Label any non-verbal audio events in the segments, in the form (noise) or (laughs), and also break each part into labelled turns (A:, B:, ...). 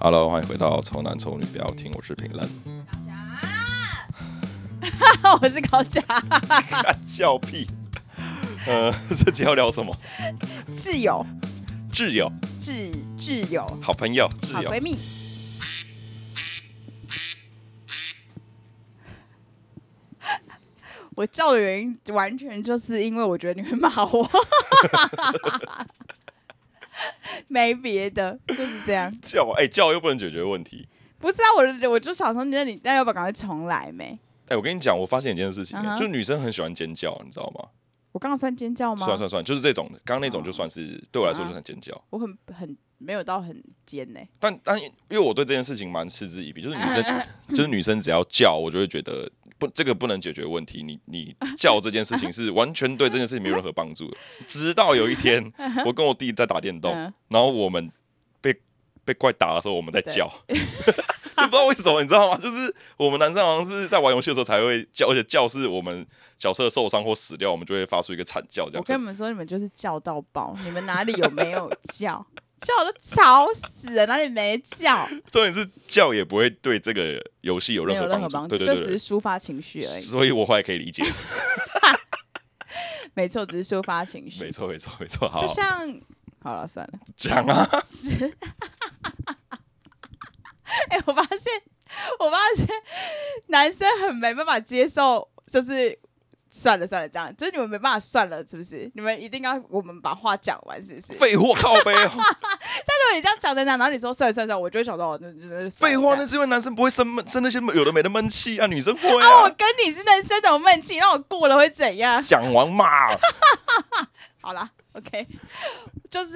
A: Hello，欢迎回到《丑男丑女不要听》，我是评论。
B: (laughs) 我是高嘉，
A: (laughs) 干笑屁。呃， (laughs) 这集要聊什么？
B: 挚友、
A: 挚友、
B: 挚挚友、
A: 好朋友、
B: 好
A: 挚友。
B: 闺蜜。 (laughs) 我叫的原因完全就是因为我觉得你会骂我， (laughs) 没别的，就是这样。
A: 叫哎、叫又不能解决问题。
B: 不是啊，我我就想说，那你那要不要赶快重来没？
A: 哎、我跟你讲，我发现一件事情、
B: 嗯哼
A: 就是女生很喜欢尖叫，你知道吗？
B: 我刚刚算尖叫吗？
A: 算算算，就是啊这种的，刚刚那种就算是、对我来说
B: 啊
A: 就算尖叫。
B: 我很很没有到很尖呢、
A: 但但因为我对这件事情蛮嗤之以鼻，就是女
B: 嗯
A: 生，就是女生只要叫，我就会觉得不，这个不能解决问题。你你叫这件事情是完全对这件事情没有任何帮助的。直到有一
B: (laughs)
A: 天，我跟我弟在打电动，
B: 嗯
A: 然后我们被被怪打的时候，我们在叫， (laughs) 就不知道为什么，你知道吗？就是我们男生好像是在玩游戏的时候才会叫，而且叫是我们角色受伤或死掉，我们就会发出一个惨叫这
B: 我
A: 样。
B: 跟你们说，你们就是叫到爆，你们哪里有没有叫？叫都吵死了，哪里没叫？
A: 重点是叫也不会对这个游戏有
B: 没
A: 任
B: 有
A: 何
B: 任
A: 帮
B: 何
A: 助，
B: 帮助，
A: 对对对
B: 就
A: 对
B: 只是抒发情绪而已。
A: 所以我后来可以理解， (laughs)
B: 没错，只是抒发情绪
A: 没。错没错没错，好
B: 就像好了，算了。 (laughs)
A: 讲啊，
B: 哎、我发现，我发现男生很没办法接受，就是算了算了这样，就是你们没办法算了，是不是？你们一定要我们把话讲完，是不是？
A: 废话靠
B: (laughs)
A: 背哦，
B: 如果你这样讲讲讲，然后你说算了算了算了，我就会想到我那那那
A: 废
B: 算了
A: 话，
B: 这
A: 那
B: 样
A: 是因为男生不会生闷生那些有的没的闷气啊，女生会
B: 啊，我
A: 啊，
B: 跟你是能生什么闷气？让我过了会怎样？
A: 讲完嘛，
B: 好啦 o、k 就是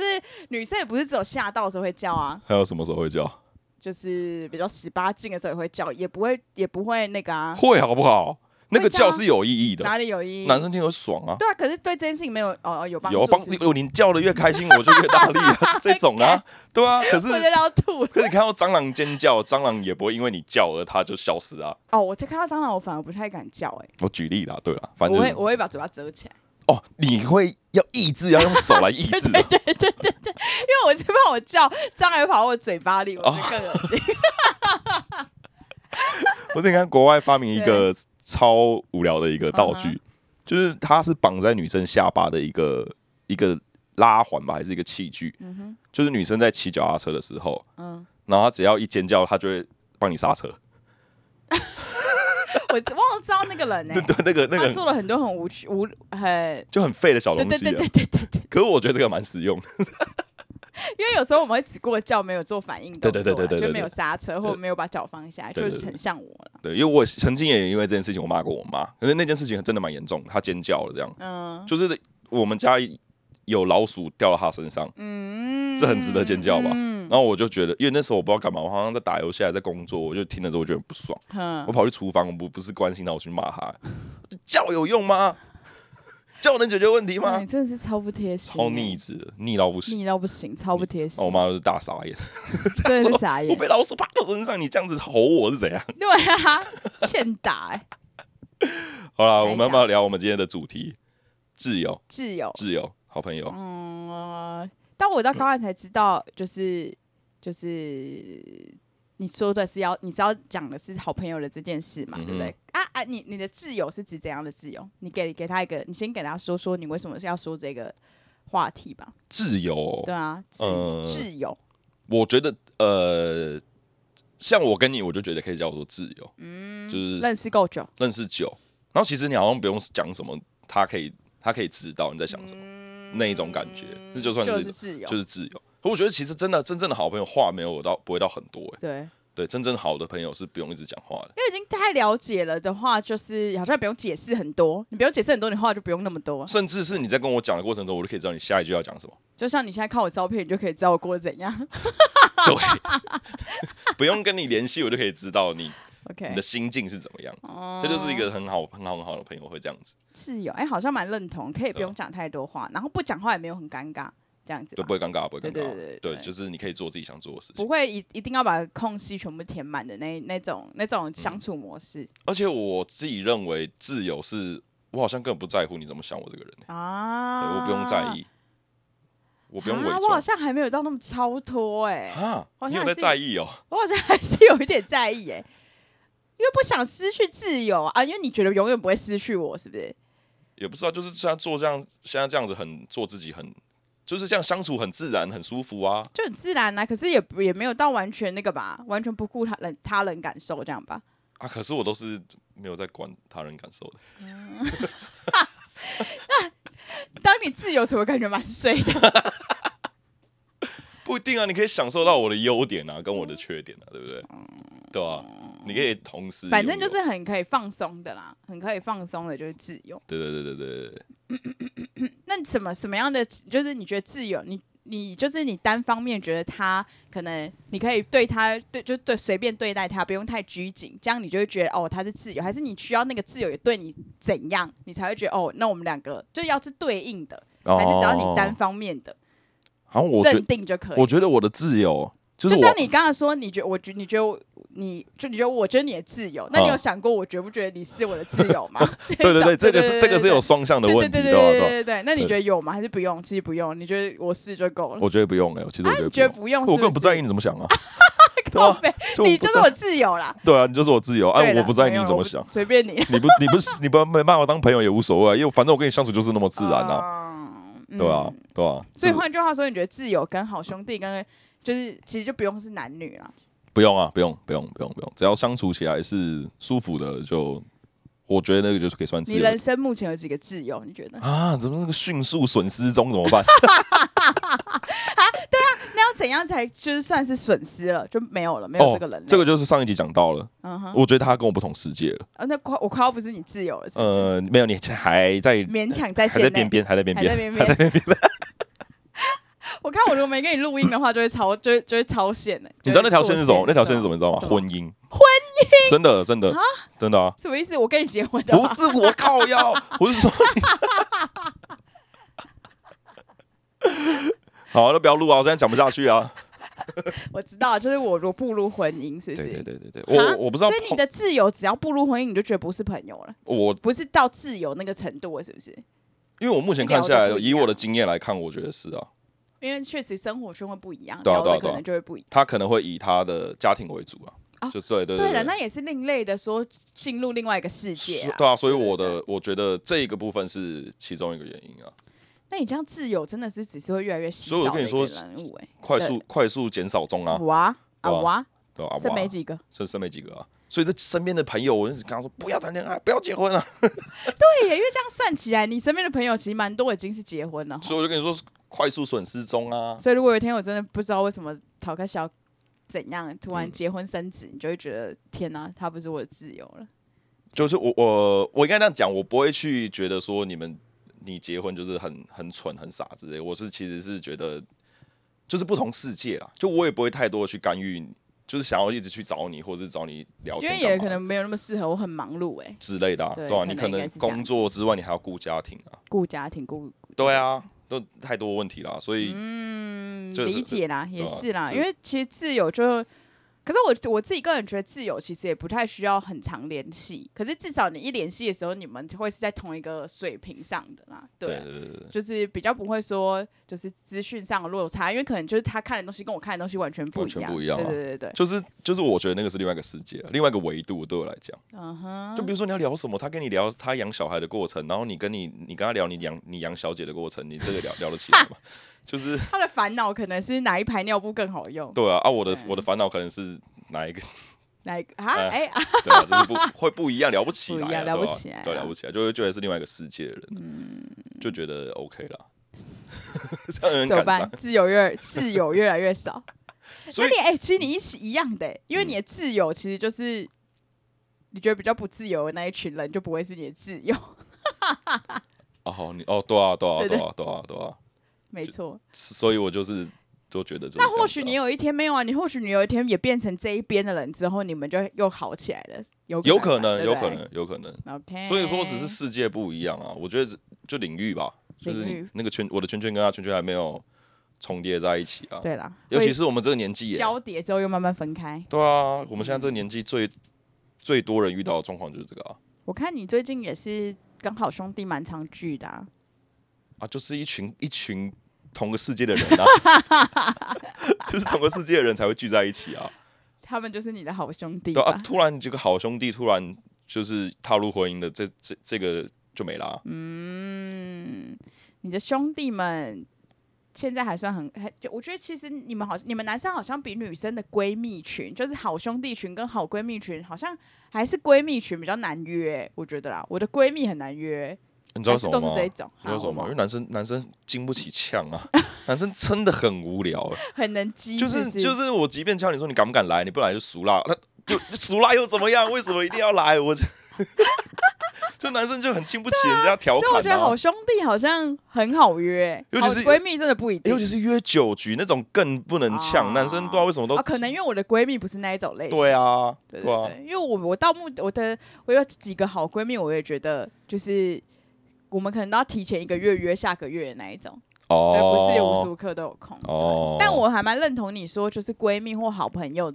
B: 女生也不是只有吓到的时候会叫啊，
A: 还有什么时候会叫？
B: 就是比较十八禁的时候也会叫，也不会也不会那个啊，
A: 会好不好？那个
B: 会叫
A: 叫
B: 啊
A: 是有意义的，
B: 哪里有意义？
A: 男生听了爽啊，
B: 对啊，可是对这件事情没有哦哦有帮助
A: 有帮
B: 是不是
A: 有你叫的越开心，我就越大力
B: (laughs)
A: 啊，这种啊，对啊，可是
B: 我觉得要吐了
A: 可是你看到蟑螂尖叫，蟑螂也不会因为你叫而它就消失啊。
B: 哦！我就看到蟑螂，我反而不太敢叫哎、
A: 我举例啦，对啦，反
B: 我
A: 正
B: 会我会把嘴巴遮起来，
A: 哦，你会要抑制，要用手
B: (laughs)
A: 来抑制啊，
B: 因为我是怕我叫蟑螂会跑到我嘴巴里，我觉得更恶心。
A: 哦我之前看国外发明一个超无聊的一个道具
B: 嗯
A: 就是它是绑在女生下巴的一个一个拉环吧，还是一个器具。
B: 嗯哼，
A: 就是女生在骑脚踏车的时候，
B: 嗯，
A: 然后她只要一尖叫，她就会帮你刹车。 (laughs)
B: 我忘了知道那个人呢、
A: (laughs)
B: 欸
A: 对对，那个那
B: 他做
A: 个
B: 了很多很无趣无很
A: 就很废的小
B: 对
A: 东
B: 对
A: 西
B: 对
A: 啊
B: 对。对对对，
A: 可是我觉得这个蛮实用的。
B: 因为有时候我们会只过叫，没有做反应
A: 对对
B: 动作啊，
A: 对对对对
B: 就没有刹车或
A: 对
B: 者没有把脚放下，
A: 对对
B: 就
A: 对
B: 是很像我了。
A: 对，因为我曾经也因为这件事情我骂过我妈，可是那件事情真的蛮严重的，她尖叫了这样。
B: 嗯
A: 就是我们家有老鼠掉到她身上，
B: 嗯，
A: 这很值得尖叫吧
B: 嗯
A: 然后我就觉得，因为那时候我不知道干嘛，我好像在打游戏还是在工作，我就听了之后我觉得很不爽。
B: 哼
A: 嗯我跑去厨房，我不不是关心他，我去骂他，叫有用吗？叫能解决问题
B: 哇
A: 吗
B: 哎你？真的是超不贴心欸，
A: 超逆子的，逆到不行。
B: 嗯腻到不行，超不贴
A: 然后我
B: 心，
A: 妈就是大傻眼，
B: 真的是傻
A: (laughs) 我
B: 眼。
A: 被老鼠爬到身上，你这样子吼我是怎样？
B: 对啊，欠打哎、
A: 好啦，
B: 该
A: 我们要不要聊我们今天的主题？挚友，
B: 挚友。
A: 挚友，好朋友，
B: 嗯，呃但我到高二才知道，就是就是你说的是要，你知道讲的是好朋友的这件事嘛，
A: 嗯哼
B: 对不对？啊啊，你你的挚友是指怎样的挚友？你给给他一个，你先给他说说你为什么是要说这个话题吧？
A: 挚友
B: 对。啊，
A: 呃
B: 挚挚友，
A: 我觉得，呃，像我跟你，我就觉得可以叫做挚友，
B: 嗯，
A: 就是
B: 认识够久，
A: 认识久，然后其实你好像不用讲什么，他可以他可以知道你在想什么，
B: 嗯
A: 那一种感觉，那就算是
B: 就是挚友，
A: 就是自由。可我觉得其实真的真正的好朋友话没有我到不会到很多、欸，
B: 对。
A: 对，真正好的朋友是不用一直讲话的。
B: 因为已经太了解了的话，就是好像不用解释很多，你不用解释很多，你话就不用那么多。
A: 甚至是你在跟我讲的过程中，我就可以知道你下一句要讲什么。
B: 就像你现在看我照片，你就可以知道我过得怎样。 (laughs)
A: 对，不用跟你联系，我就可以知道你
B: OK，
A: 你的心境是怎么样。
B: 哦
A: 这就是一个很好、很好、很好的朋友会这样子，
B: 室友，哎、好像蛮认同，可以不
A: 对啊
B: 用讲太多话，然后不讲话也没有很尴尬，这样子
A: 对，
B: 吧
A: 不会尴尬，不会尴
B: 对
A: 尬。
B: 对对对对
A: 就是你可以做自己想做的事情
B: 不。会一一定要把空隙全部填满的那那种那
A: 嗯
B: 种相处模式、
A: 而且我自己认为，自由是我好像根本不在乎你怎么想我这个人、欸
B: 啊
A: 对我不用在，意。我不用伪
B: 啊，我好
A: 装
B: 像还没有到那么超脱哎、
A: 啊
B: 好像
A: 你有
B: 还
A: 在
B: 是
A: 在意哦？
B: 我好像还是有一点在意哎、因为不想失去自由啊，因为你觉得永远不会失去我，是不是？
A: 也不知道，就是现在做这样，现在这样子很做自己很，就是这样相处很自然，很舒服啊。
B: 就很自然啊，可是也不也没有到完全那个吧，完全不顾他人他人感受这样吧。
A: 啊，可是我都是没有在管他人感受的。
B: 当你自由时，我感觉蛮 (laughs) 衰的。
A: 不一定啊，你可以享受到我的优点啊，跟我的缺点啊，对不对？对啊，你可以同时拥有，
B: 嗯反正就是很可以放松的啦，很可以放松的，就是自由。
A: 对对对对对对，
B: 那什么什么样的，就是你觉得自由，你你就是你单方面觉得他可能你可以对他对就对随便对待他，不用太拘谨，这样你就会觉得哦他是自由，还是你需要那个自由也对你怎样，你才会觉得哦那我们两个就要是对应的，还是只要你单。方面的
A: 好哦像我觉
B: 认定就可以
A: 我。觉得我的自由就是
B: 就
A: 我
B: 像你刚刚说，你觉我觉你觉得我你就你觉得我觉得你的自由，那你
A: 嗯
B: 有想过我觉不觉得你是我的自由吗？ (laughs)
A: 对对对，这
B: 种
A: 个是这个是有双向的问题，
B: 对对对
A: 吧？对
B: 对对
A: 吧，啊
B: 对对。那你
A: 对
B: 觉得有吗？还是不用？其实不用，你觉得我是就够了。
A: 我觉得不用哎，其实我觉得
B: 你
A: 不
B: 觉得
A: 用，
B: 不用，
A: 我根本不在
B: 意
A: 意你怎么想
B: (laughs)
A: 啊， (laughs) 对
B: 靠
A: 啊，
B: 背，
A: 就我
B: 你
A: 不
B: 就是
A: 在
B: 我自由啦。
A: 对啊，你就是我自由，(laughs)
B: 对
A: 哎，
B: 啦
A: 我不在意
B: 没有
A: 你怎
B: 我
A: 么
B: 不
A: 想，
B: 随便你。
A: 你不你不是你不没办法当朋友也无所谓啊，因为反正我跟你相处就是那么 (laughs) 自然啊，
B: 啊，
A: 对啊
B: 嗯。
A: 对啊，
B: 所
A: 就
B: 以
A: 是
B: 换句话说，你觉得自由跟好兄弟跟就是其实就不用是男女了。
A: 不用啊，不用不用不用不用，只要相处起来是舒服的就。我觉得那个就是可以算自
B: 你
A: 由
B: 人生目前有几个自由？你觉得？
A: 啊！怎么那个迅速损失中怎么办？
B: 那要怎样才就是算是损失了，就没有了， (laughs) 没有
A: 哦
B: 这个人，了。
A: 这个就是上一集讲到了，
B: 嗯哼，
A: 我觉得他跟我不同世界了。
B: 啊那快我快要不是你自由了，是不是？
A: 呃，没有，你还在
B: 勉强在
A: 嗯还在
B: 线内，
A: 边边， (laughs) 还在边
B: 还在
A: 边，
B: 边边，我看我如果没跟你录音的话，就会超，就会就会超线欸的、
A: 你知道那条线是什么？那条线是什么？
B: 么？
A: 你知道吗？
B: 啊什么
A: 婚姻，婚姻，真的，真的，真的啊！
B: 什么意思？我跟你结婚的
A: 不
B: 话，
A: 是我靠
B: (laughs)
A: 腰，我是说你。 (laughs) 好，那不要录啊！我现在讲不下去啊。
B: 我知道，就是我如果步入婚姻，是
A: 对
B: 不
A: 对
B: 是？
A: 对对对，
B: 哈
A: 我我不知道
B: 所以你
A: 碰，
B: 的自由，只要步入婚姻，你就觉得不是朋友了，
A: 我
B: 不是到自由那个程度了，是不是？
A: 因为我目前看下
B: 聊得
A: 来，
B: 不一
A: 以
B: 样
A: 我的经验来看，我觉得是啊，
B: 因为确实生活圈会不一样，
A: 对啊
B: 聊
A: 对
B: 的
A: 啊
B: 可
A: 对啊
B: 能就会不一样。
A: 他可能会以他的家庭为主啊，
B: 啊
A: 就是对对
B: 对了，
A: 对。
B: 那也是另类的说进入另外一个世界
A: 是
B: 啊。
A: 对啊，所以我
B: 对
A: 的我觉得这个部分是其中一个原因啊，
B: 那你这样自由真的是只是会越来越稀
A: 所以我
B: 少的
A: 跟
B: 一
A: 你
B: 个
A: 说
B: 人物哎、
A: 快速快速减少中啊，
B: 哇啊
A: 对啊
B: 哇，
A: 对吧、啊？
B: 剩
A: 哇
B: 没几个。
A: 剩剩没几个啊，所以这身边的朋友，我就跟他说不要谈恋爱，不要结婚啊，
B: 对耶，因为这样算起来，你身边的朋友其实蛮多已经是结婚了齁。
A: 所以我就跟你说快速损失中啊，
B: 所以如果有一天我真的不知道为什么讨个小怎样突然
A: 嗯
B: 结婚生子，你就会觉得天哪、他不是我的自由了。
A: 就是我我我应该这样讲，我不会去觉得说你们你结婚就是很很蠢很傻之类，我是其实是觉得就是不同世界啦，就我也不会太多的去干预你，就是想要一直去找你或者是找你聊
B: 因
A: 天
B: 为
A: 干嘛，
B: 也可能没有那么适合，我很忙碌哎、
A: 之类的、啊，
B: 对
A: 对啊，
B: 可
A: 你
B: 能
A: 可
B: 应该
A: 能
B: 是这样
A: 工作之外，你还要顾家庭啊，
B: 顾家庭顾。
A: 对啊，都太多问题了，所以、
B: 嗯，
A: 这
B: 理
A: 是
B: 解啦，也
A: 对啊
B: 是啦，
A: 这
B: 因为其实自由就，可是我我自己个人觉得自由其实也不太需要很常联系，可是至少你一联系的时候，你们就会是在同一个水平上的啦，对
A: 对
B: 啊
A: 对对对对
B: 就是比较不会说就是资讯上的落差，因为可能就是他看的东西跟我看的东西完全不
A: 完
B: 一
A: 全
B: 样，
A: 不一样啊
B: 对对对对，
A: 就是就是我觉得那个是另外一个世界啊，另外一个维度对我来讲，
B: 嗯哼，
A: 就比如说你要聊什么，他跟你聊他养小孩的过程，然后你跟你你跟他聊你养你养小姐的过程，你这个聊聊得起来吗？ (laughs) 就是
B: 他的烦恼可能是哪一排尿布更好用，
A: 对啊啊，我的
B: 对
A: 我的烦恼可能是哪一个？ (laughs)
B: 哪一个啊？
A: 哎
B: 哎啊，
A: 对啊，就是不会不一样，聊不起
B: 不一
A: 来啊，
B: 样
A: 对
B: 聊不
A: 吧
B: 起来
A: 对，
B: 啊嗯
A: 聊不起来，就会觉得是另外一个世界的人，啊就觉得 OK 啦。 (laughs) 这样有点
B: 怎么
A: 感
B: 办
A: 伤，？
B: 自由越自由越来越少。
A: (laughs) 所以嗯
B: 那你哎、其实你一起一样的欸、因为你的自由其实就是你觉得比较不自由的那一群人，就不会是你的自由。
A: 哦，好，你哦，对啊，对啊，
B: 对
A: 对啊，对啊，对啊，
B: (laughs) 没错，
A: 所以我就是都觉得就是这样
B: 那
A: 子啊。
B: 或许你有一天没有啊，你或许你有一天也变成这一边的人之后，你们就又好起来了，有
A: 有
B: 可
A: 可
B: 能
A: 能，
B: 嘛，对
A: 有
B: 不
A: 可
B: 对。
A: 能，有可能。
B: OK，
A: 所以说，只是世界不一样啊。我觉得只就领域吧，就是
B: 领
A: 你
B: 域
A: 那个圈，我的圈圈跟他圈圈还没有重叠在一起啊。
B: 对啦，
A: 尤其
B: 会
A: 是我们这个年纪耶，
B: 交叠之后又慢慢分开。
A: 对啊，我们现在这个年纪最最多人遇到的状况就是这个啊
B: 我看你最近也是跟好兄弟蛮常聚的、啊，
A: 啊，就是一群一群同个世界的人啊，
B: (laughs)
A: 就是同个世界的人才会聚在一起啊。
B: 他们就是你的好兄弟
A: 对啊
B: 吧，
A: 突然这个好兄弟突然就是踏入婚姻的，这这这个就没啦、
B: 嗯，你的兄弟们现在还算很，还就我觉得其实你们好，你们男生好像比女生的闺蜜群，就是好兄弟群跟好闺蜜群，好像还是闺蜜群比较难约，我觉得啦，我的闺蜜很难约，
A: 你
B: 你
A: 知道什么
B: 都是
A: 吗？
B: 这一种，
A: 你知道什么吗？
B: 好
A: 因为男生男生经不起呛
B: (laughs)
A: 啊，男生真的很无聊、欸。
B: 很能激，
A: 就是是
B: 不
A: 就是我，即便叫你说你敢不敢来，你不来就俗辣，那就俗辣又怎么样？为什么一定要来？我就 (laughs) 就男生就很经不起人家调
B: 所以我
A: 侃
B: 觉得
A: 啊
B: 好。兄弟好像很好约，
A: 尤其
B: 好
A: 是
B: 闺蜜真的不一定
A: 尤。其是约酒局那种更不能呛，
B: 啊
A: 男生不知道为什么都
B: 啊，可能因为我的闺蜜不是那一种类型，
A: 对啊，
B: 对
A: 对啊
B: 对，，因为我我到目我的我有几个好闺蜜，我也觉得就是我们可能都要提前一个月约下个月的那一种，
A: 哦
B: 对，不是无时无刻都有空。对
A: 哦
B: 但我还蛮认同你说，就是闺蜜或好朋友、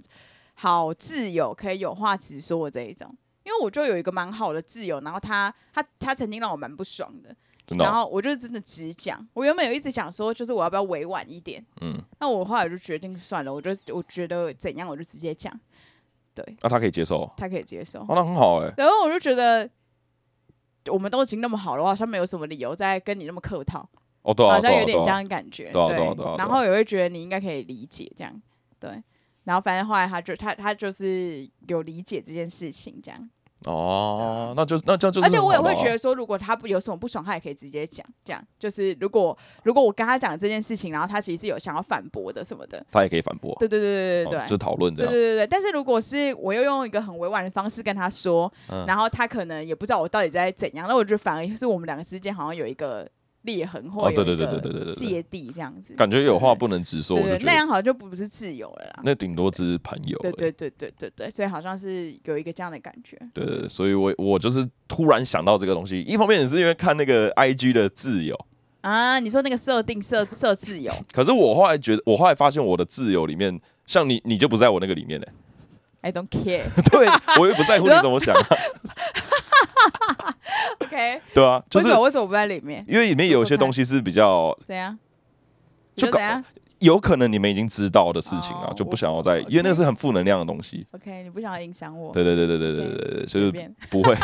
B: 好挚友可以有话直说的这一种。因为我就有一个蛮好的挚友，然后他他他曾经让我蛮不爽的，
A: 真的
B: 然
A: 哦，
B: 后我就真的只讲，我原本有一直讲说，就是我要不要委婉一点，
A: 嗯，
B: 那我后来就决定算了，我就我觉得怎样我就直接讲，对
A: 那他可以接受，哦，
B: 他可以接受。
A: 那很好哎，
B: 然后我就觉得，我们都已经那么好了，我好像没有什么理由再跟你那么客套，
A: 哦对啊，
B: 好像
A: 对啊
B: 有点
A: 对啊
B: 这样的感觉。
A: 对啊对啊对啊对啊
B: 然后也会觉得你应该可以理解这样，对。然后反正后来他就他他就是有理解这件事情这样，
A: 哦，那就那这样就是
B: 而
A: 很好的啊，
B: 且我也会觉得说，如果他不有什么不爽，他也可以直接讲，这样就是如果如果我跟他讲这件事情，然后他其实是有想要反驳的什么的，
A: 他也可以反驳，
B: 对对对对对对
A: 哦就是讨论这
B: 对对
A: 样，
B: 对对，但是如果是我又用一个很委婉的方式跟他说，
A: 嗯
B: 然后他可能也不知道我到底在怎样，那我觉得反而是我们两个之间好像有一个裂痕或
A: 哦
B: 有
A: 对
B: 一
A: 对对对
B: 个
A: 对对对对，
B: 芥蒂这样子，
A: 感觉有话不能直说，
B: 对
A: 我就
B: 对，
A: 觉
B: 那
A: 得
B: 样好像就不是挚友了啦。
A: 那顶多只是朋友而
B: 对
A: 已，
B: 对对对对对，所以好像是有一个这样的感觉。
A: 对对对，所以我我就是突然想到这个东西，一方面也是因为看那个 I G 的自由，
B: 啊，你说那个设定设设
A: (laughs)
B: 挚友，
A: 可是我后来觉得，我后来发现我的自由里面，像你，你就不在我那个里面嘞、
B: I don't care 。
A: (laughs) 对，我又不在乎你怎么想、啊，
B: OK，
A: 对啊，就
B: 为
A: 是
B: 什么为什么不在里面？
A: 因为里面有一些东西是比较
B: 怎样？你
A: 就
B: 说
A: 搞
B: 怎样
A: 有可能你们已经知道的事情啊，
B: 哦
A: 就
B: 我
A: 不想要再，
B: 我
A: 因为那个是很负能量的东西。
B: ？OK，你不想要影响我，
A: 对对对对对对对对，就
B: 随
A: 是
B: 便
A: 不
B: (laughs)
A: 会，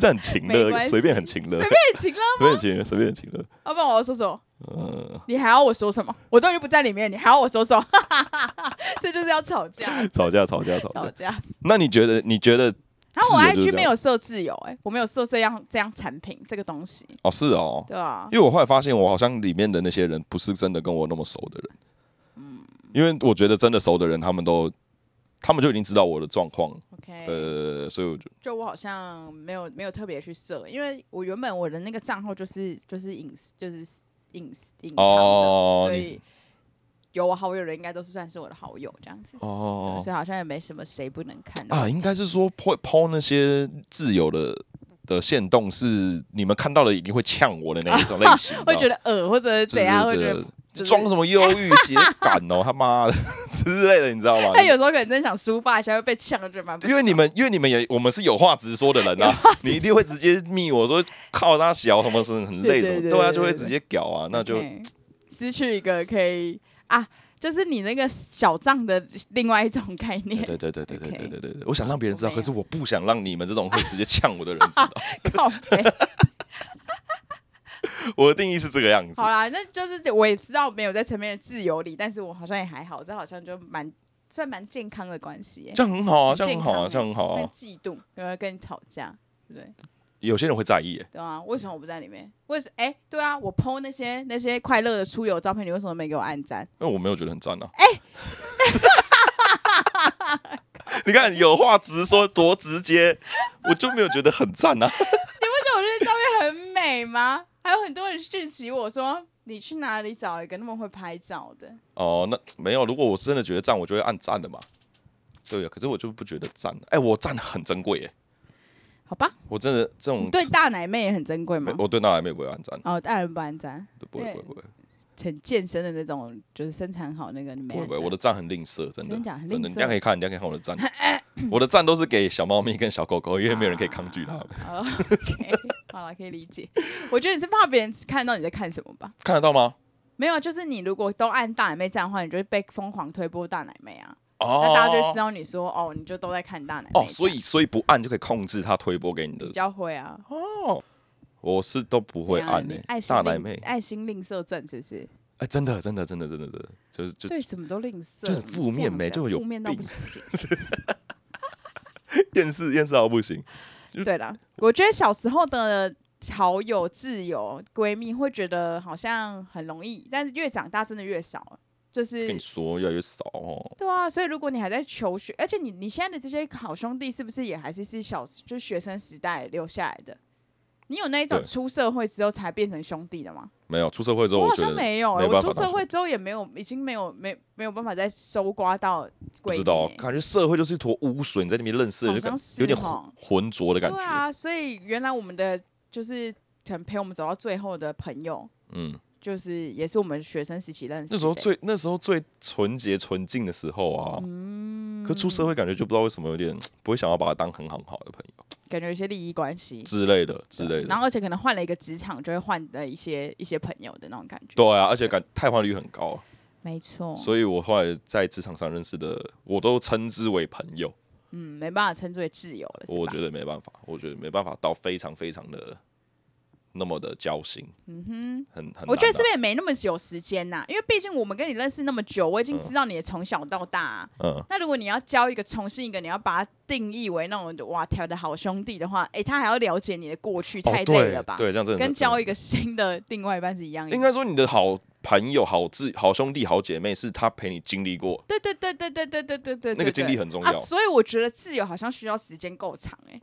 A: 这很情
B: 没
A: 乐，
B: 关系
A: 随便很情乐
B: 随，便请了，
A: 随便很情乐，随便很情乐。
B: 要不然我要说什么？
A: 嗯，
B: 你还要我说什么？我都已经不在里面，你还要我说什么？ (laughs) 这就是要吵架，
A: (laughs) 吵架吵架吵
B: 吵
A: 架。
B: 架。
A: 那你觉得？你觉得？
B: 然后我
A: 自由就是
B: IG
A: 这样
B: 没有设自由、欸，哎，我没有设这样这样产品这个东西，
A: 哦，是哦，
B: 对啊吧、
A: 因为我后来发现，我好像里面的那些人不是真的跟我那么熟的人。
B: 嗯
A: 因为我觉得真的熟的人，他们都，他们就已经知道我的状况。
B: OK，
A: 对对对对对，所以我就
B: 就我好像没有没有特别去设，因为我原本我的那个账号就是就是隐私就是隐私隐藏的，
A: 哦
B: 所以
A: 你
B: 有我好友的应该都是算是我的好友这样子，
A: 哦
B: 所以好像也没什么谁不能看的
A: 啊，应该是说抛抛那些自由的的线动是你们看到的一定会呛我的那一种类型，
B: 会觉
A: 得
B: 得呃或者怎样，会觉
A: 嗯
B: 得就是
A: 装什么忧郁写感哦，他妈的之类的，你知道吗？
B: 但有时候可能真想抒发一下，会被呛，觉得蛮不
A: 因为你
B: 爽
A: 们，因为你们也，我们是有话直说的人啊，你一定会直接密我说靠他小什么事很累
B: 对对
A: 什么，
B: 对
A: 对啊，
B: 对
A: 就会
B: 对
A: 直接屌啊，那就
B: OK，失去一个可以啊，就是你那个小账的另外一种概念，
A: 对对对对对
B: OK
A: 对对对对，我想让别人知道，
B: 我没
A: 可
B: 有
A: 是我不想让你们这种会直接呛我的人知道， (laughs)
B: 靠北
A: 我的定义是这个样子
B: 好。啊啦，那就是我也知道没有在前面的自由里，但是我好像也还好，这好像就蛮算蛮健康的关系耶、
A: 这样很好啊，
B: 很
A: 这样很好啊，
B: 健康欸
A: 这样很好
B: 会
A: 啊。
B: 嫉妒，有人跟你吵架，对不对？
A: 有些人会在意欸，
B: 对啊，为什么我不在里面？为什哎、对啊，我 PO 那些那些快乐的出游照片，你为什么没给我按赞？
A: 因为我没有觉得很赞啊。哎， (laughs) 你看有话直说多直接，我就没有觉得很赞啊。
B: 而且我觉得照片很美吗？还有很多人讯息我说，你去哪里找一个那么会拍照的？
A: 哦，那没有，如果我真的觉得赞，我就会按赞的嘛。对啊，可是我就不觉得赞了。哎，我赞很珍贵耶，
B: 好吧，
A: 我真的这种
B: 你对大奶妹也很珍贵吗
A: 嗯没？我对娜莱妹不会按赞，
B: 哦，大人不按赞，
A: 不会
B: 对
A: 不会不会
B: 很健身的那种，就是身材很好那个，你
A: 不
B: 没
A: 会不
B: 按
A: 会，
B: 赞
A: 我的赞很吝啬，真的
B: 真假很
A: 真的，
B: 吝
A: 你
B: 啬
A: 家可以看，你家可以看我
B: (laughs)
A: 的赞，
B: (laughs)
A: 我的赞都是给小猫咪跟小狗狗，因为没有人可以抗拒它们。
B: 哦 OK， (laughs) 好了，可以理解。我觉得你是怕别人看到你在看什么吧？
A: 看得到吗？
B: 没有啊，就是你如果都按大奶妹站的话，你就会被疯狂推波大奶妹啊。
A: 哦，
B: 那大家就会知道你说哦，你就都在看大奶妹这
A: 哦
B: 样。，
A: 所以所以不按就可以控制他推播给你的
B: 比较会啊，
A: 哦。我是都不会
B: 怎样
A: 按
B: 你
A: 诶、
B: 爱心
A: 大奶
B: 吝
A: 妹，哎、
B: 爱心吝啬症是不是？
A: 真的真的真的真的真的，就是就
B: 对，什么都吝啬，
A: 就很负面没
B: 没，
A: 就有
B: 负面到不
A: 病
B: 行。
A: 电视 (laughs) 电视到不行， (laughs)
B: 对啦，我觉得小时候的好友、挚友、闺蜜会觉得好像很容易，但是越长大真的越少了，就
A: 跟
B: 是
A: 你说越来越少哦。
B: 对啊。所以如果你还在求学，而且你你现在的这些好兄弟是不是也还是是小就是学生时代留下来的？你有那一种
A: 对
B: 出社会之后才变成兄弟的吗？
A: 没有出社会之后，
B: 我好
A: 觉
B: 像
A: 得
B: 没有欸、
A: 没
B: 我
A: 办法当
B: 出社
A: 兄
B: 会之后也没有，已经没有没没有办法再搜刮到
A: 不
B: 闺
A: 知
B: 蜜
A: 道
B: 欸，
A: 感觉社会就是一坨污水，你在那边认识
B: 好
A: 就感
B: 像
A: 觉
B: 是
A: 有点
B: 吼
A: 浑浑浊的感
B: 对
A: 觉。
B: 啊，所以原来我们的就是可能陪我们走到最后的朋友，
A: 嗯，
B: 就是也是我们学生时期认识的。
A: 那时候最那时候最纯洁纯净的时候啊，
B: 嗯
A: 可出社会感觉就不知道为什么有点不会想要把他当很很好的朋友
B: 感觉有一些利益关系
A: 之类的之类
B: 啊然
A: 的。
B: 后而且可能换了一个职场，就会换的一些一些朋友的那种感觉。
A: 对啊，而且感汰换率很高，
B: 没错，
A: 所以我后来在职场上认识的，我都称之为朋友。
B: 嗯，没办法称之为挚友了，是吧
A: 我觉得没办法，我觉得没办法到非常非常的那么的交心。嗯哼，很很难的。
B: 我觉得是不是也没那么有时间呐、因为毕竟我们跟你认识那么久，我已经知道你的从小到大啊、
A: 嗯，
B: 那如果你要教一个重新一个，你要把它定义为那种哇条的好兄弟的话，诶，他还要了解你的过去，太
A: 哦
B: 累
A: 对
B: 了吧？
A: 对，这样真的
B: 跟
A: 很
B: 交一个新的另外一半是一样的。
A: 应该说你的好朋友、好挚、好兄弟、好姐妹，是他陪你经历过，
B: 对对对对对对对对对，
A: 那个经历很重要
B: 啊。所以我觉得自由好像需要时间够长哎、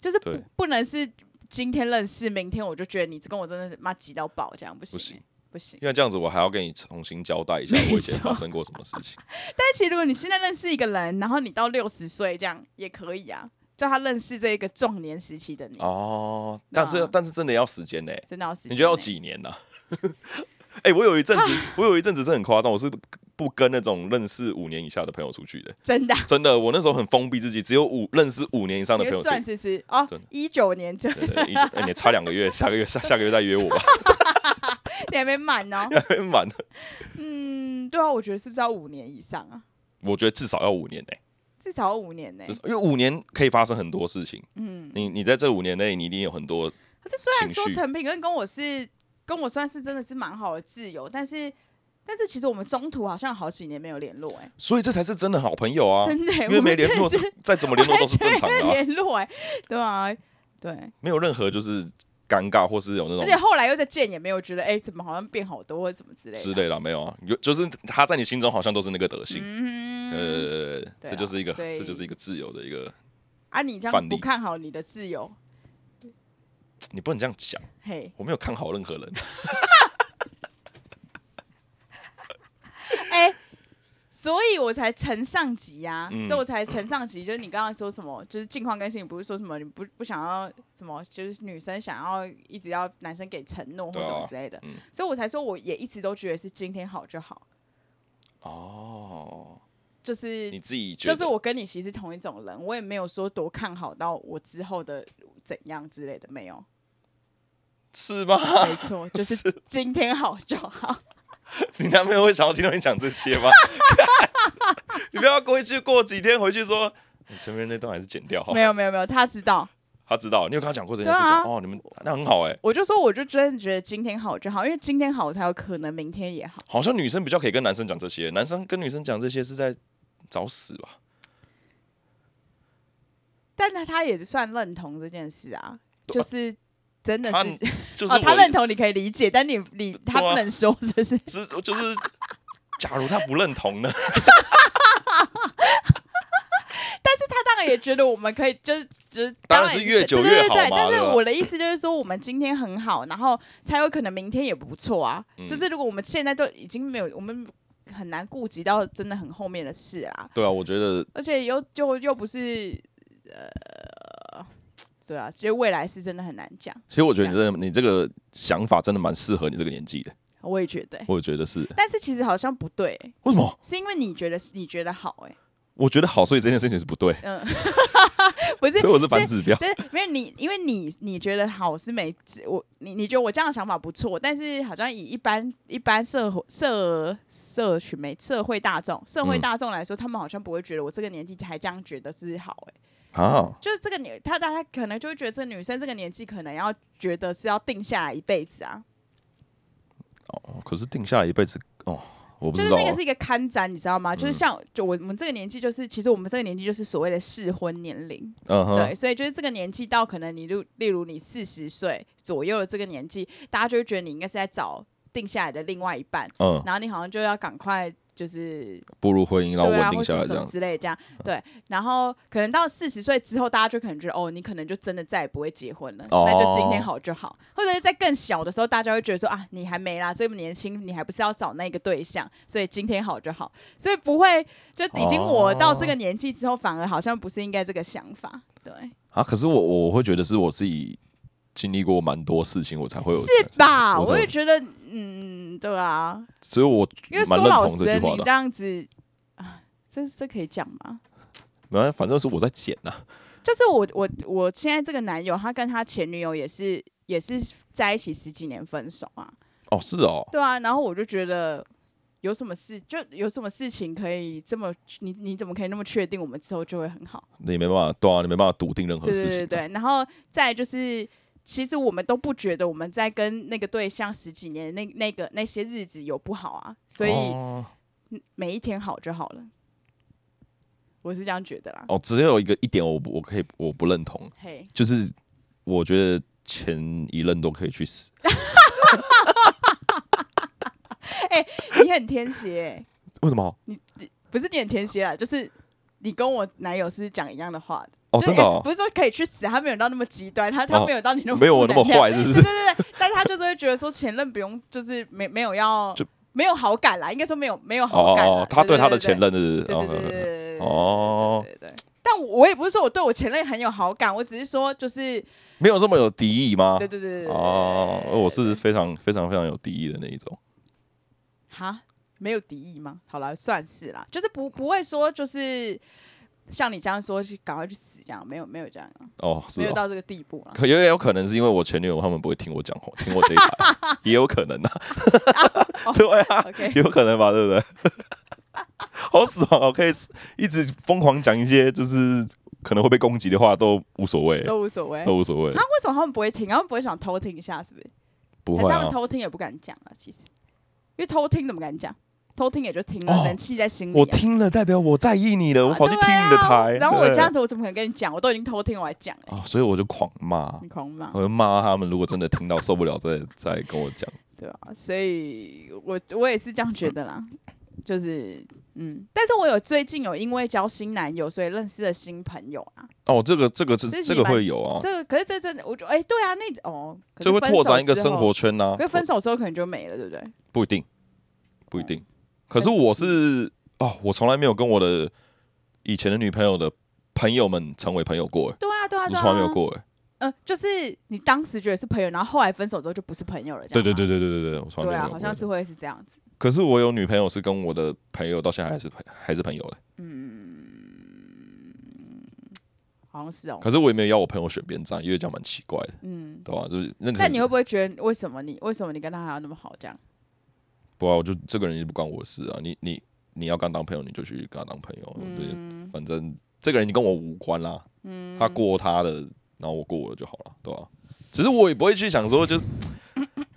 B: 就是不
A: 对
B: 不能是今天认识，明天我就觉得你跟我真的妈急到爆，这样不行、
A: 不行
B: 欸。不行，
A: 因为这样子我还要跟你重新交代一下
B: 没
A: 我以前
B: 错
A: 发生过什么事
B: (laughs)
A: 情。
B: 但其实如果你现在认识一个人，然后你到六十岁这样也可以啊，叫他认识这一个壮年时期的你，
A: 哦，但是
B: 那
A: 但是真的要时间呢、
B: 真的要时间欸、
A: 你觉得要几年呢、 (laughs) 哎、我有一阵
B: (laughs)
A: 子，我有一阵子是很夸张，我是不跟那种认识五年以下的朋友出去的，
B: 真的啊，
A: 真的，我那时候很封闭自己，只有五认识五年以上的
B: 你
A: 朋
B: 会
A: 友。
B: 算
A: 对
B: 是不是哦
A: 真的，
B: 一九年就
A: 对，对一哎你差两个月，下个月下下个月再约我吧，
B: (laughs)
A: (laughs)
B: 你还没满哦。
A: 满，
B: 嗯，对啊，我觉得是不是要五年以上啊？
A: 我觉得至少要五年呢、
B: 哎至少要五年呢、
A: 至少因为五年可以发生很多事情。
B: 嗯，
A: 你你在这五年内，你一定有很多
B: 可是虽然说
A: 情绪
B: 陈平跟跟我是跟我算是真的是蛮好的挚友，但是但是其实我们中途好像好几年没有联络哎、
A: 所以这才是真的好朋友啊！
B: 真的
A: 因
B: 欸、我
A: 为
B: 们
A: 没联
B: 真的
A: 络
B: 是，
A: 再怎么联络都是正常的、
B: (laughs) 完全没
A: 啊，
B: 联络哎、对啊，对。
A: 没有任何就是尴尬或是有那
B: 而且
A: 种
B: 后来又再见，也没有觉得哎、怎么好像变好多或者什么之类的。
A: 之类的，没有啊，有就是他在你心中好像都是那个德行。
B: 嗯，
A: 呃，
B: 对啊
A: 这就是一个，
B: 所以
A: 这就是一个自由的一个，
B: 啊，你这样
A: 范
B: 不
A: 例
B: 看好你的挚友，
A: 你不能这样讲，
B: 嘿，
A: 我没有看好任何人， (laughs)
B: 哎、所以我才承上集呀、
A: 嗯
B: 所以我才承上集。就是你刚刚说什么，就是近况更新，你不是说什么你不不想要什么，就是女生想要一直要男生给承诺或
A: 对啊
B: 什么之类的，
A: 嗯
B: 所以我才说我也一直都觉得是今天好就好，
A: 哦，
B: 就是
A: 你自己觉
B: 就
A: 得，
B: 是我跟你其实同一种人，我也没有说多看好到我之后的怎样之类的，没有，
A: 是吗？ (laughs)
B: 没错， (laughs) 就是今天好就好。
A: 你男朋友会想要听到你讲这些吗？ (laughs) 你不要过去过几天回去说，你前面那段还是剪掉好
B: 没，有没有没有，他知道，
A: 他知道，你有跟他讲过这件事情、
B: 对啊
A: 哦，你们那很好哎、
B: 我就说我就真的觉得今天好就好，因为今天好才有可能明天也好。
A: 好像女生比较可以跟男生讲这些，男生跟女生讲这些是在找死吧？
B: 但他他也算认同这件事啊，
A: 对
B: 就
A: 啊
B: 是真的
A: 他
B: 是
A: 就是
B: 哦，
A: 我
B: 他认同你可以理解，但你你
A: 对
B: 他
A: 啊
B: 不能说，就是 (laughs)
A: 只就是，假如他不认同呢？ (laughs)
B: 他当然也觉得我们可以，就是就是
A: (laughs) 当然是越久越好
B: 对对对
A: 嘛
B: 但
A: 对吧
B: 是我的意思就是说，我们今天很好，然后才有可能明天也不错啊。
A: 嗯
B: 就是如果我们现在都已经没有，我们很难顾及到真的很后面的事啊，
A: 对啊，我觉得
B: 而且又就又不是呃，对啊，其实未来是真的很难讲。
A: 其实我觉得你这你这个想法真的蛮适合你这个年纪的，
B: 我也觉得欸、
A: 我觉得是
B: 但是其实好像不对欸、
A: 为什么？ (laughs)
B: 是因为你觉得你觉得好哎、
A: 我觉得好，所以这件事情是不对。
B: 嗯，不是，
A: 所以我是反指标。
B: 对，没有你，因为你你觉得好是没我你你觉得我这样的想法不错，但是好像以一般一般社会社社群媒社会大众社会
A: 嗯
B: 大众来说，他们好像不会觉得我这个年纪还这样觉得是好、欸，
A: 啊，
B: 就是这个女他大家可能就会觉得这个女生这个年纪可能要觉得是要定下来一辈子啊，
A: 哦可是定下来一辈子哦，我不知
B: 就是
A: 道
B: 那
A: 啊
B: 个是一个刊展，你知道吗？就
A: 嗯
B: 是像就我我们这个年纪，就是其实我们这个年纪就是所谓的适婚年龄。
A: 嗯哼，
B: 对，所以就是这个年纪到可能你例例如你四十岁左右的这个年纪，大家就会觉得你应该是在找定下来的另外一半，
A: 嗯，
B: 然后你好像就要赶快就是
A: 步入婚姻，然后
B: 对
A: 稳
B: 啊，或
A: 定下
B: 者
A: 来
B: 什
A: 这
B: 么
A: 样。嗯
B: 之类这样，对，然后可能到四十岁之后，大家就可能觉得哦，你可能就真的再也不会结婚了，那就今天
A: 哦
B: 好就好，或者是在更小的时候，大家会觉得说啊，你还没啦，这么年轻，你还不是要找那个对象，所以今天好就好，所以不会就已经我到这个
A: 哦
B: 年纪之后，反而好像不是应该这个想法，对。
A: 啊，可是我我会觉得是我自己经历过蛮多事情，我才会有这
B: 是
A: 样
B: 吧？
A: 我
B: 我
A: 懂
B: 也觉得，嗯，对啊，
A: 所以我
B: 因为说
A: 蛮认
B: 老
A: 同
B: 实，
A: 这句话
B: 你这
A: 的。
B: 样子，啊，这这可以讲吗？
A: 没关系，反正是我在剪呐、
B: 就是我我我现在这个男友，他跟他前女友也是也是在一起十几年分手啊，
A: 哦，是哦，
B: 对啊，然后我就觉得。有什么事就有什么事情可以这么你你怎么可以那么确定我们之后就会很好？
A: 你没办法，对啊，你没办法笃定任何
B: 对
A: 事
B: 对
A: 情啊、
B: 对对，然后再来就是，其实我们都不觉得我们在跟那个对象十几年那那个那些日子有不好啊，所以、
A: 哦
B: 嗯每一天好就好了。我是这样觉得啦。
A: 哦，只有一个一点我不我可以我不认同，
B: 嘿、
A: 就是我觉得前一任都可以去死，
B: 你很天蝎欸、
A: 为什么？
B: 不是你很天蝎啦，就是你跟我男友是讲一样的话的。
A: 哦，
B: 就是
A: 真的、
B: 欸
A: 哦
B: 不是说可以去死，他没有到那么极端，他他
A: 哦
B: 没有到你那么、
A: 没有我那么。坏，是不
B: 对
A: 是
B: 对？对对，但他就是会觉得说前任不用，就是没没有要
A: 就
B: 没有好感啦，应该说没有没有好
A: 哦
B: 感啦。
A: 哦，他
B: 对
A: 他的前，任是
B: 对
A: 不是
B: 对对对对对
A: 哦
B: 对对对
A: 哦，
B: 对对对。但我也不是说我对我前任很有好感，我只是说就是
A: 没有这么有敌意吗？
B: 对对对对对
A: 啊哦，我是
B: 对
A: 非常非常非常有敌意的那一种。
B: 哈，没有敌意吗？好了，算是啦，就是不不会说就是像你这样说去赶快去死这样，没有没有这样啊，
A: 哦，是
B: 没有
A: 哦。
B: 到这个地步
A: (laughs)
B: 啊。
A: 可也有可能是因为我前女友他们不会听我讲话，听我这一台，也有可
B: (laughs)
A: 能啊。对啊，
B: OK，
A: 有可能吧，对不对？好爽哦，可以一直疯狂讲一些就是可能会被攻击的话都无所谓，
B: 都无所谓。
A: 都
B: 他
A: 无所谓，
B: 为什么他们不会听？他们不会想偷听一下，是不是？
A: 不
B: 还是
A: 会
B: 他
A: 啊
B: 们。偷听也不敢讲啊？其实，因为偷听怎么敢讲？偷听也就听了，
A: 哦
B: 人气在心里、啊。
A: 我听了代表我在意你了，我跑去
B: 啊
A: 听
B: 对啊
A: 你的台，
B: 然后我
A: 对
B: 这样子，我怎么可能跟你讲？我都已经偷听，我还讲、欸，
A: 啊，所以我就狂骂，
B: 你狂骂。
A: 我就骂他们，如果真的听到受不了，再再跟我讲。
B: 对啊，所以我我也是这样觉得啦，就是嗯，但是我有最近有因为交新男友，所以认识了新朋友啊。
A: 哦，这个这个是
B: 这是
A: 这个
B: 你蛮
A: 会有啊，
B: 这个可是这真的，我觉得哎、对啊，那哦，可
A: 这
B: 是
A: 会
B: 分
A: 拓
B: 手
A: 展一个
B: 之
A: 生
B: 后
A: 活，圈呐、
B: 可是分手之后可能就没了，对不对？
A: 不一定，不一定。可是我是哦，我从来没有跟我的以前的女朋友的朋友们成为朋友过，欸
B: 对啊，对啊，
A: 我
B: 对
A: 从来
B: 啊。
A: 没有。过，哎，
B: 嗯、就是你当时觉得是朋友，然后后来分手之后就不是朋友了，这
A: 对
B: 样。
A: 对对。对对对对，我从来
B: 啊对
A: 没有
B: 啊，
A: 过。
B: 好像是。会是这样子。
A: 可是我有女朋友是跟我的朋友到现在还是朋还是朋友的，
B: 嗯好像是哦，
A: 可是我也没有要我朋友选边站，因为这样蛮奇怪的，
B: 嗯，
A: 对吧、就是那个
B: 但你会不会觉得为什么你为什么你跟他还要那么好这样？
A: 不啊，我就这个人也不关我的事啊，你你你要跟他当朋友，你就去跟他当朋友，对，
B: 嗯
A: 反正这个人你跟我无关啦，
B: 嗯，
A: 他过他的，然后我过我的就好了，对吧、只是我也不会去想说，就是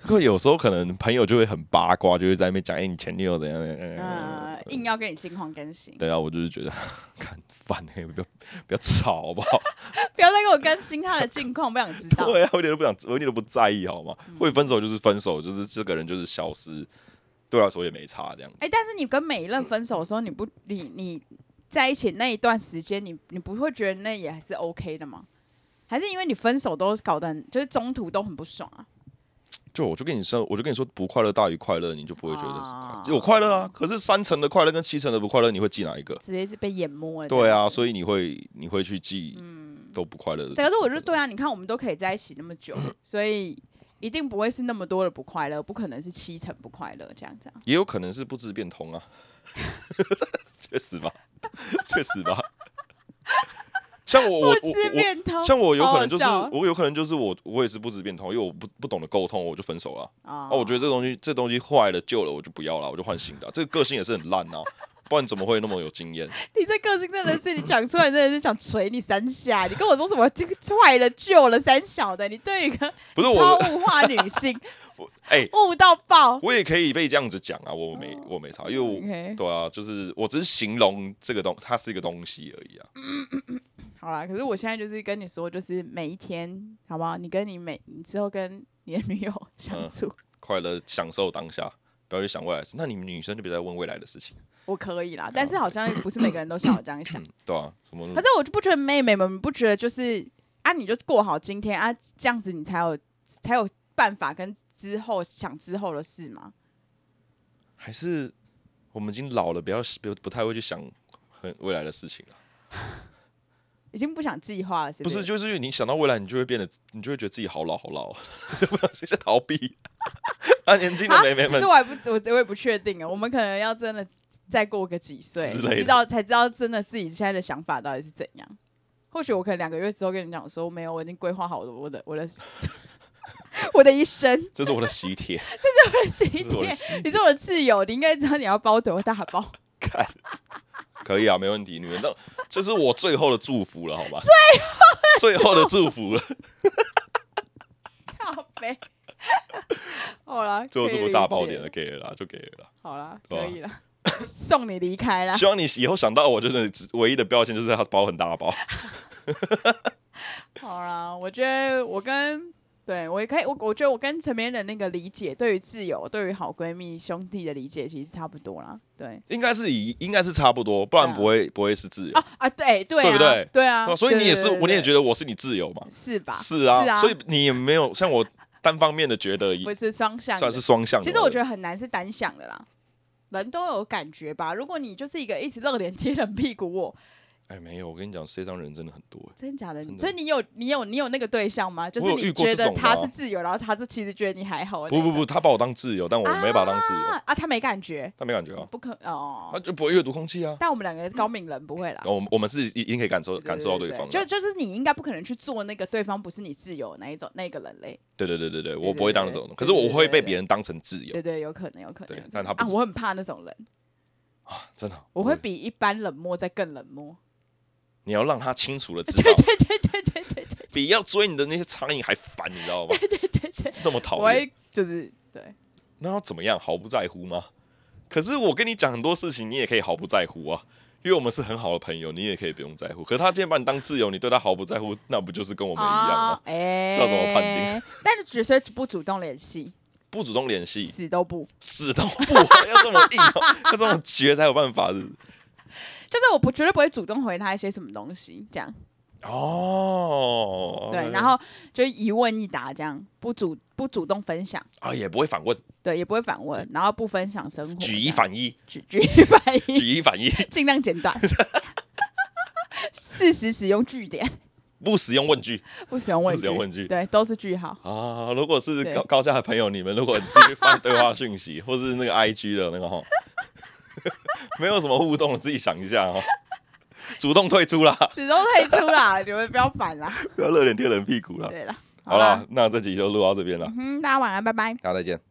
A: 会有时候可能朋友就会很八卦，就会在那边讲，哎、你前女友怎样怎样怎样怎样。
B: 呃，硬要跟你金黄更新。 (laughs)
A: 对啊，我就是觉得 (laughs) 看烦哎、不要不要吵好不好？ (laughs)
B: 不要再给我更新他的近况，不想知道。
A: 对啊，我一点都不想，我一点都不在意好吗？
B: 嗯
A: 会分手就是分手，就是这个人就是消失，对我来说也没差这样子。
B: 哎、但是你跟每一任分手的时候，你不，你你在一起那一段时间，你你不会觉得那也还是 OK 的吗？还是因为你分手都搞得很，就是中途都很不爽啊？
A: 就我就跟你说，我就跟你说，不快乐大于快乐，你就不会觉得是
B: 啊
A: 快乐。有快乐啊，可是三成的快乐跟七成的不快乐，你会记哪一个？
B: 直接是被淹没了。
A: 对啊，
B: 以
A: 所以你会你会去记
B: 嗯
A: 都不快乐的。
B: 可是我就对啊，你看我们都可以在一起那么
A: (laughs)
B: 久，所以一定不会是那么多的不快乐，不可能是七成不快乐这样子、啊。
A: 也有可能是不知变通 (laughs) 啊，确实吧，确实吧。像我我我
B: 吃
A: 我
B: 面通，
A: 像我有可能就是
B: 好好笑哦
A: 我有可能就是我我也是不知变通，因为我不不懂得沟通，我就分手了啊。
B: 哦
A: 啊，我觉得这东西这东西坏了旧了，我就不要了，我就换新的啊、这个个性也是很烂啊，不然怎么会那么有经验？
B: 你这个性真的是，你讲出来真的是想捶你三下。你跟我说什么这个坏了、旧了、三小的，你对一个
A: 不是
B: 超
A: 我，
B: 物化女
A: (laughs)
B: 性
A: 我哎、
B: 悟到 (laughs) 爆。
A: 我也可以被这样子讲啊，我
B: 哦
A: 没我没差，因为我
B: OK，
A: 对啊，就是我只是形容这个东，它是一个东西而已啊。
B: 好啦，可是我现在就是跟你说，就是每一天，好不好？你跟你每你之后跟你的女友相处，
A: 快乐享受当下，不要去想未来的事。那你们女生就别再问未来的事
B: (laughs)
A: 情，
B: 我可以
A: 嗯
B: 啦。但是好像不是每个人都像我这样想。
A: 对啊，什么
B: 可是我就不觉得妹妹们不觉得就是啊，你就过好今天啊，这样子你才有才有办法跟之后想之后的事嘛。
A: 还是我们已经老了，不要不不太会去想很未来的事情了。啊
B: 已经不想计划了，是
A: 不
B: 是
A: 是，就是因为你想到未来，你就会变得，你就会觉得自己好老好老， (laughs) 就是逃避。 (laughs) 啊，年 (laughs) 轻的
B: 啊，
A: 妹妹
B: 其
A: 们
B: 实，我也不，我我也不确定啊，我们可能要真的再过个几岁，
A: 之类的
B: 知道才知道真的自己现在的想法到底是怎样。或许我可能两个月之后跟你讲说，没有，我已经规划好我的我的 (laughs) 我的一生，
A: 这是我的喜帖，
B: 我的喜
A: 这是我的
B: 帖。
A: 喜
B: (laughs) 你
A: 帖，
B: 是我的挚友，你应该知道你要包多大包。
A: 可以啊，没问题。你们这这是我最后的祝福了，好吧？最后最后的祝福了，
B: 靠
A: (laughs)
B: 背。好啦，
A: 最后
B: 可以
A: 祝福
B: 理
A: 大爆
B: 解
A: 点了，。给了啦，就给了啦。
B: 好啦， (laughs)
A: 对啊
B: 可以了，送你离开啦。
A: 希望你以后想到我，真的只唯一的标签就是他包很大包。
B: (laughs) 好啦，我觉得我跟对我也可以，我我觉得我跟成年人那个理解，对于挚友、对于好闺蜜、兄弟的理解，其实差不多啦。对
A: 应该是以应该是差不多，不然
B: 对啊
A: 不会、不会是自由。
B: 啊啊，对对啊，
A: 对不对
B: 啊
A: 那，所以你也是，我也觉
B: 得
A: 得我是你自由嘛？
B: 是吧？
A: 是啊，
B: 是啊，
A: 所以你也没有像我单方面的觉得，
B: 不是双向的
A: 算是双向的。
B: 其实我觉
A: 得
B: 得很难是单向的啦，人都有感觉吧。如果你就是一个一直热脸贴冷屁股我，
A: 哎，没有，我跟你讲，世界上人真的很多。
B: 真假的？
A: 真的
B: 所以你有你有你有那个对象吗？就
A: 我
B: 是
A: 有遇
B: 你
A: 过
B: 觉
A: 这
B: 得
A: 种的
B: 他
A: 啊
B: 是自由，然后他就其实觉得你还好的
A: 不
B: 那
A: 不
B: 种。
A: 不，他把我当自由，但我没把他当自由，
B: 啊啊，他没感觉，
A: 他没感觉啊，
B: 不可哦
A: 他。就不会阅读空气啊。
B: 但我们两个高敏人不会啦
A: 然，后我们我们是一定可以感受感受到对方的
B: 就，就是你应该不可能去做那个对方不是你自由那一种那个人类，
A: 对对对对对，
B: 对
A: 我不会当这
B: 对
A: 种
B: 对
A: 的，可是我会
B: 对对
A: 被
B: 对
A: 别人当成自由
B: 对，对，有可能，有可能
A: 对。但他不
B: 啊，
A: 是
B: 我很怕那种人，
A: 真的。
B: 我会，比一般
A: (laughs)
B: 冷漠再更冷漠。
A: 你要让他清楚的知
B: (laughs) 对
A: 道，
B: 对对对对对对
A: 比要追你的那些苍蝇还烦，你知道吗？
B: 对对对，
A: 这么
B: 我
A: 讨厌。
B: 会就是对，
A: 那要怎么样？毫不在乎吗？可是我跟你讲很多事情，你也可以毫不在乎啊，因为我们是很好的朋友，你也可以不用在乎。可是他今天把你当挚友，你对他毫不在乎，那不就是跟我
B: 我
A: 们一样吗？
B: 哎，
A: 这要怎么判定？
B: (laughs) 但是只是不主动联系，
A: 不主动联系，
B: 死
A: (laughs)
B: 都不。
A: 死都不要这么硬哦、 (laughs) 要这么绝才有办法是不是
B: 就是我不绝对不会主动回他一些什么东西，这样
A: 哦。
B: 对，然后就一问一答这样，不主不主动分享，
A: 啊也不会反问，
B: 对，也不会反问，然后不分享生活，
A: 举一反一，
B: 举 (laughs) 举一反一，
A: 举一 (laughs) 反一，
B: 尽量简短，适时使用句点，
A: 不使用问句
B: 不使用问
A: 不使
B: 句，
A: 用问句
B: 对，都是句号。 (laughs)
A: 啊。如果是
B: 对
A: 高高下的朋友，你们如果继续放对话讯息， (laughs) 或是那个 IG 的那个哈， (laughs) 没有什么互动，自己想一下哦。主动退出啦，
B: 始终退出啦，你们不要反啦。
A: 不要热脸贴冷屁股啦。
B: 对了，
A: 好
B: 啦
A: 啦，，那这集就录到这边了，
B: 嗯哼，大家晚安，拜拜。
A: 大家再见。